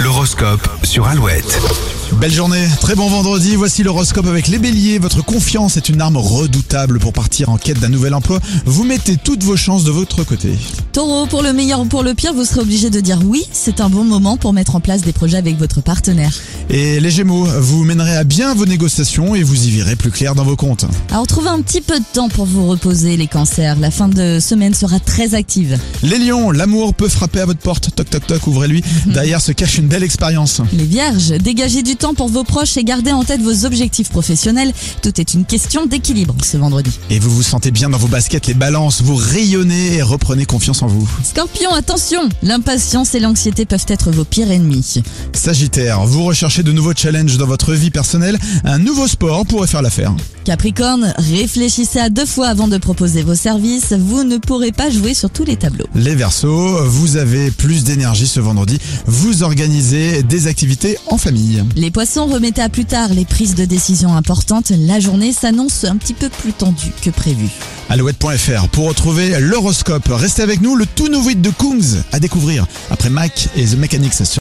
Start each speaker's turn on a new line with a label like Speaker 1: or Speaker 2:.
Speaker 1: l'horoscope sur Alouette.
Speaker 2: Belle journée, très bon vendredi, voici l'horoscope avec les béliers. Votre confiance est une arme redoutable pour partir en quête d'un nouvel emploi. Vous mettez toutes vos chances de votre côté.
Speaker 3: Taureau, pour le meilleur ou pour le pire, vous serez obligé de dire oui. C'est un bon moment pour mettre en place des projets avec votre partenaire.
Speaker 2: Et les gémeaux, vous mènerez à bien vos négociations et vous y verrez plus clair dans vos comptes.
Speaker 3: Alors trouvez un petit peu de temps pour vous reposer, les cancers. La fin de semaine sera très active.
Speaker 2: Les lions, l'amour peut frapper à votre porte. Toc toc toc, ouvrez-lui. Derrière se cache une belle expérience.
Speaker 3: Les vierges, dégagez du temps pour vos proches et gardez en tête vos objectifs professionnels. Tout est une question d'équilibre ce vendredi.
Speaker 2: Et vous vous sentez bien dans vos baskets, les balances, vous rayonnez et reprenez confiance en vous.
Speaker 3: Scorpion, attention L'impatience et l'anxiété peuvent être vos pires ennemis.
Speaker 2: Sagittaire, vous recherchez de nouveaux challenges dans votre vie personnelle. Un nouveau sport pourrait faire l'affaire.
Speaker 3: Capricorne, réfléchissez à deux fois avant de proposer vos services. Vous ne pourrez pas jouer sur tous les tableaux.
Speaker 2: Les Verseaux, vous avez plus d'énergie ce vendredi. Vous organisez des activités en famille.
Speaker 3: Les poissons, remettez à plus tard les prises de décision importantes. La journée s'annonce un petit peu plus tendue que prévu.
Speaker 2: Alouette.fr pour retrouver l'horoscope. Restez avec nous, le tout nouveau hit de Kungs à découvrir après Mac et The Mechanics sur